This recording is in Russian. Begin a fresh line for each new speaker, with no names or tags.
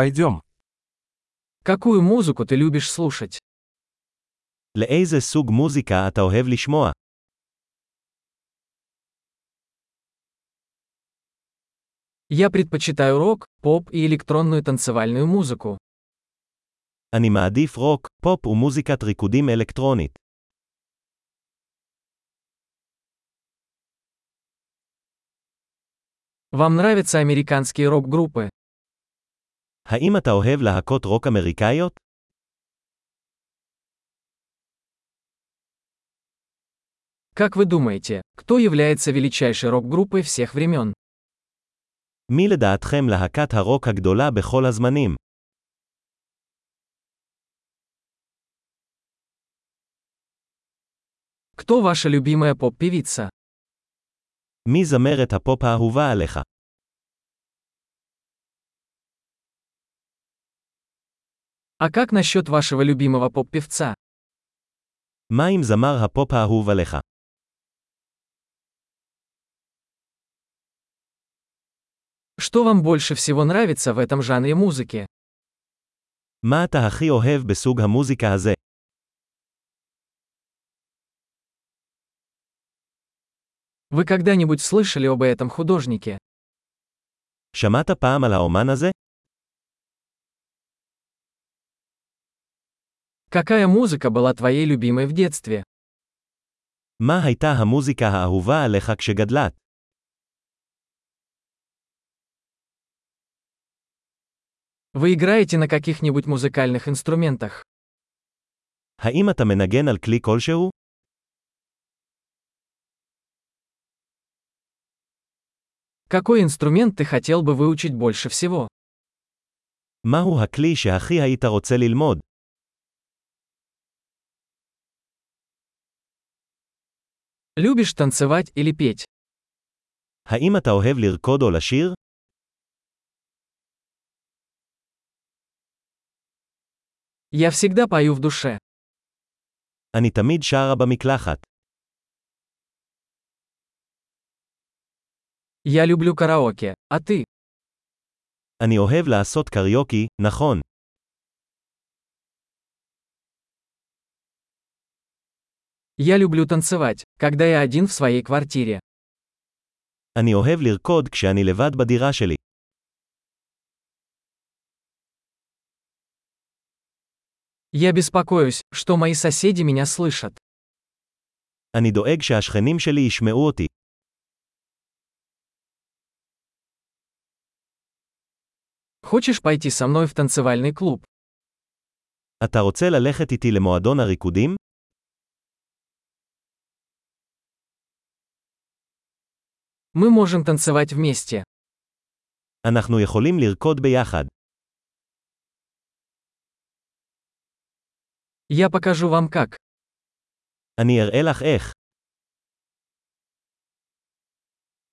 Пойдем.
Какую музыку ты любишь слушать?
לאיזה סוג מוזיקה אתה אוהב לשמוע?
Я предпочитаю рок, поп и электронную танцевальную музыку.
אני מעדיף רוק, פופ ומוזיקת ריקודים אלקטרונית.
Вам нравятся американские рок-группы?
האם אתה אוהב להקות רוק אמריקאיות?
Как вы думаете, кто является величайшей рок-группой всех времен?
מי לדעתכם להקת הרוק הגדולה בכל הזמנים?
Кто ваша любимая поп-певица?
מי זמרת הפופ האהובה עליך?
А как насчет вашего любимого поп-певца?
מה עם זמר הפופ האהוב עליך?
Что вам больше всего нравится в этом жанре музыки?
מה אתה הכי אוהב בסוג המוזיקה הזה?
Вы когда-нибудь слышали об этом художнике?
שמעת פעם על האומן הזה?
Какая музыка была твоей любимой в детстве?
מה הייתה המוזיקה האהובה עליך כשגדלת?
Вы играете на каких-нибудь музыкальных инструментах?
האם אתה מנגן על כלי כלשהו?
Какой инструмент ты хотел бы выучить больше всего?
מהו הכלי שהכי היית רוצה ללמוד?
Любишь танцевать или петь?
האם אתה אוהב לרקוד או לשיר?
Я всегда пою в душе.
אני תמיד שרה במקלחת.
Я люблю караоке, а ты?
אני אוהב לעשות קריוקי, נכון.
Я люблю танцевать, когда я один в своей квартире.
אני אוהב לרקוד כשאני לבד בדירה שלי.
Я беспокоюсь, что мои соседи меня слышат.
אני דואג שהשכנים שלי ישמעו אותי.
Хочешь пойти со мной в танцевальный клуб?
אתה רוצה ללכת איתי למועדון הריקודים?
Мы можем танцевать вместе.
אנחנו יכולים לרקוד ביחד.
Я покажу вам как.
אני אראה לך איך.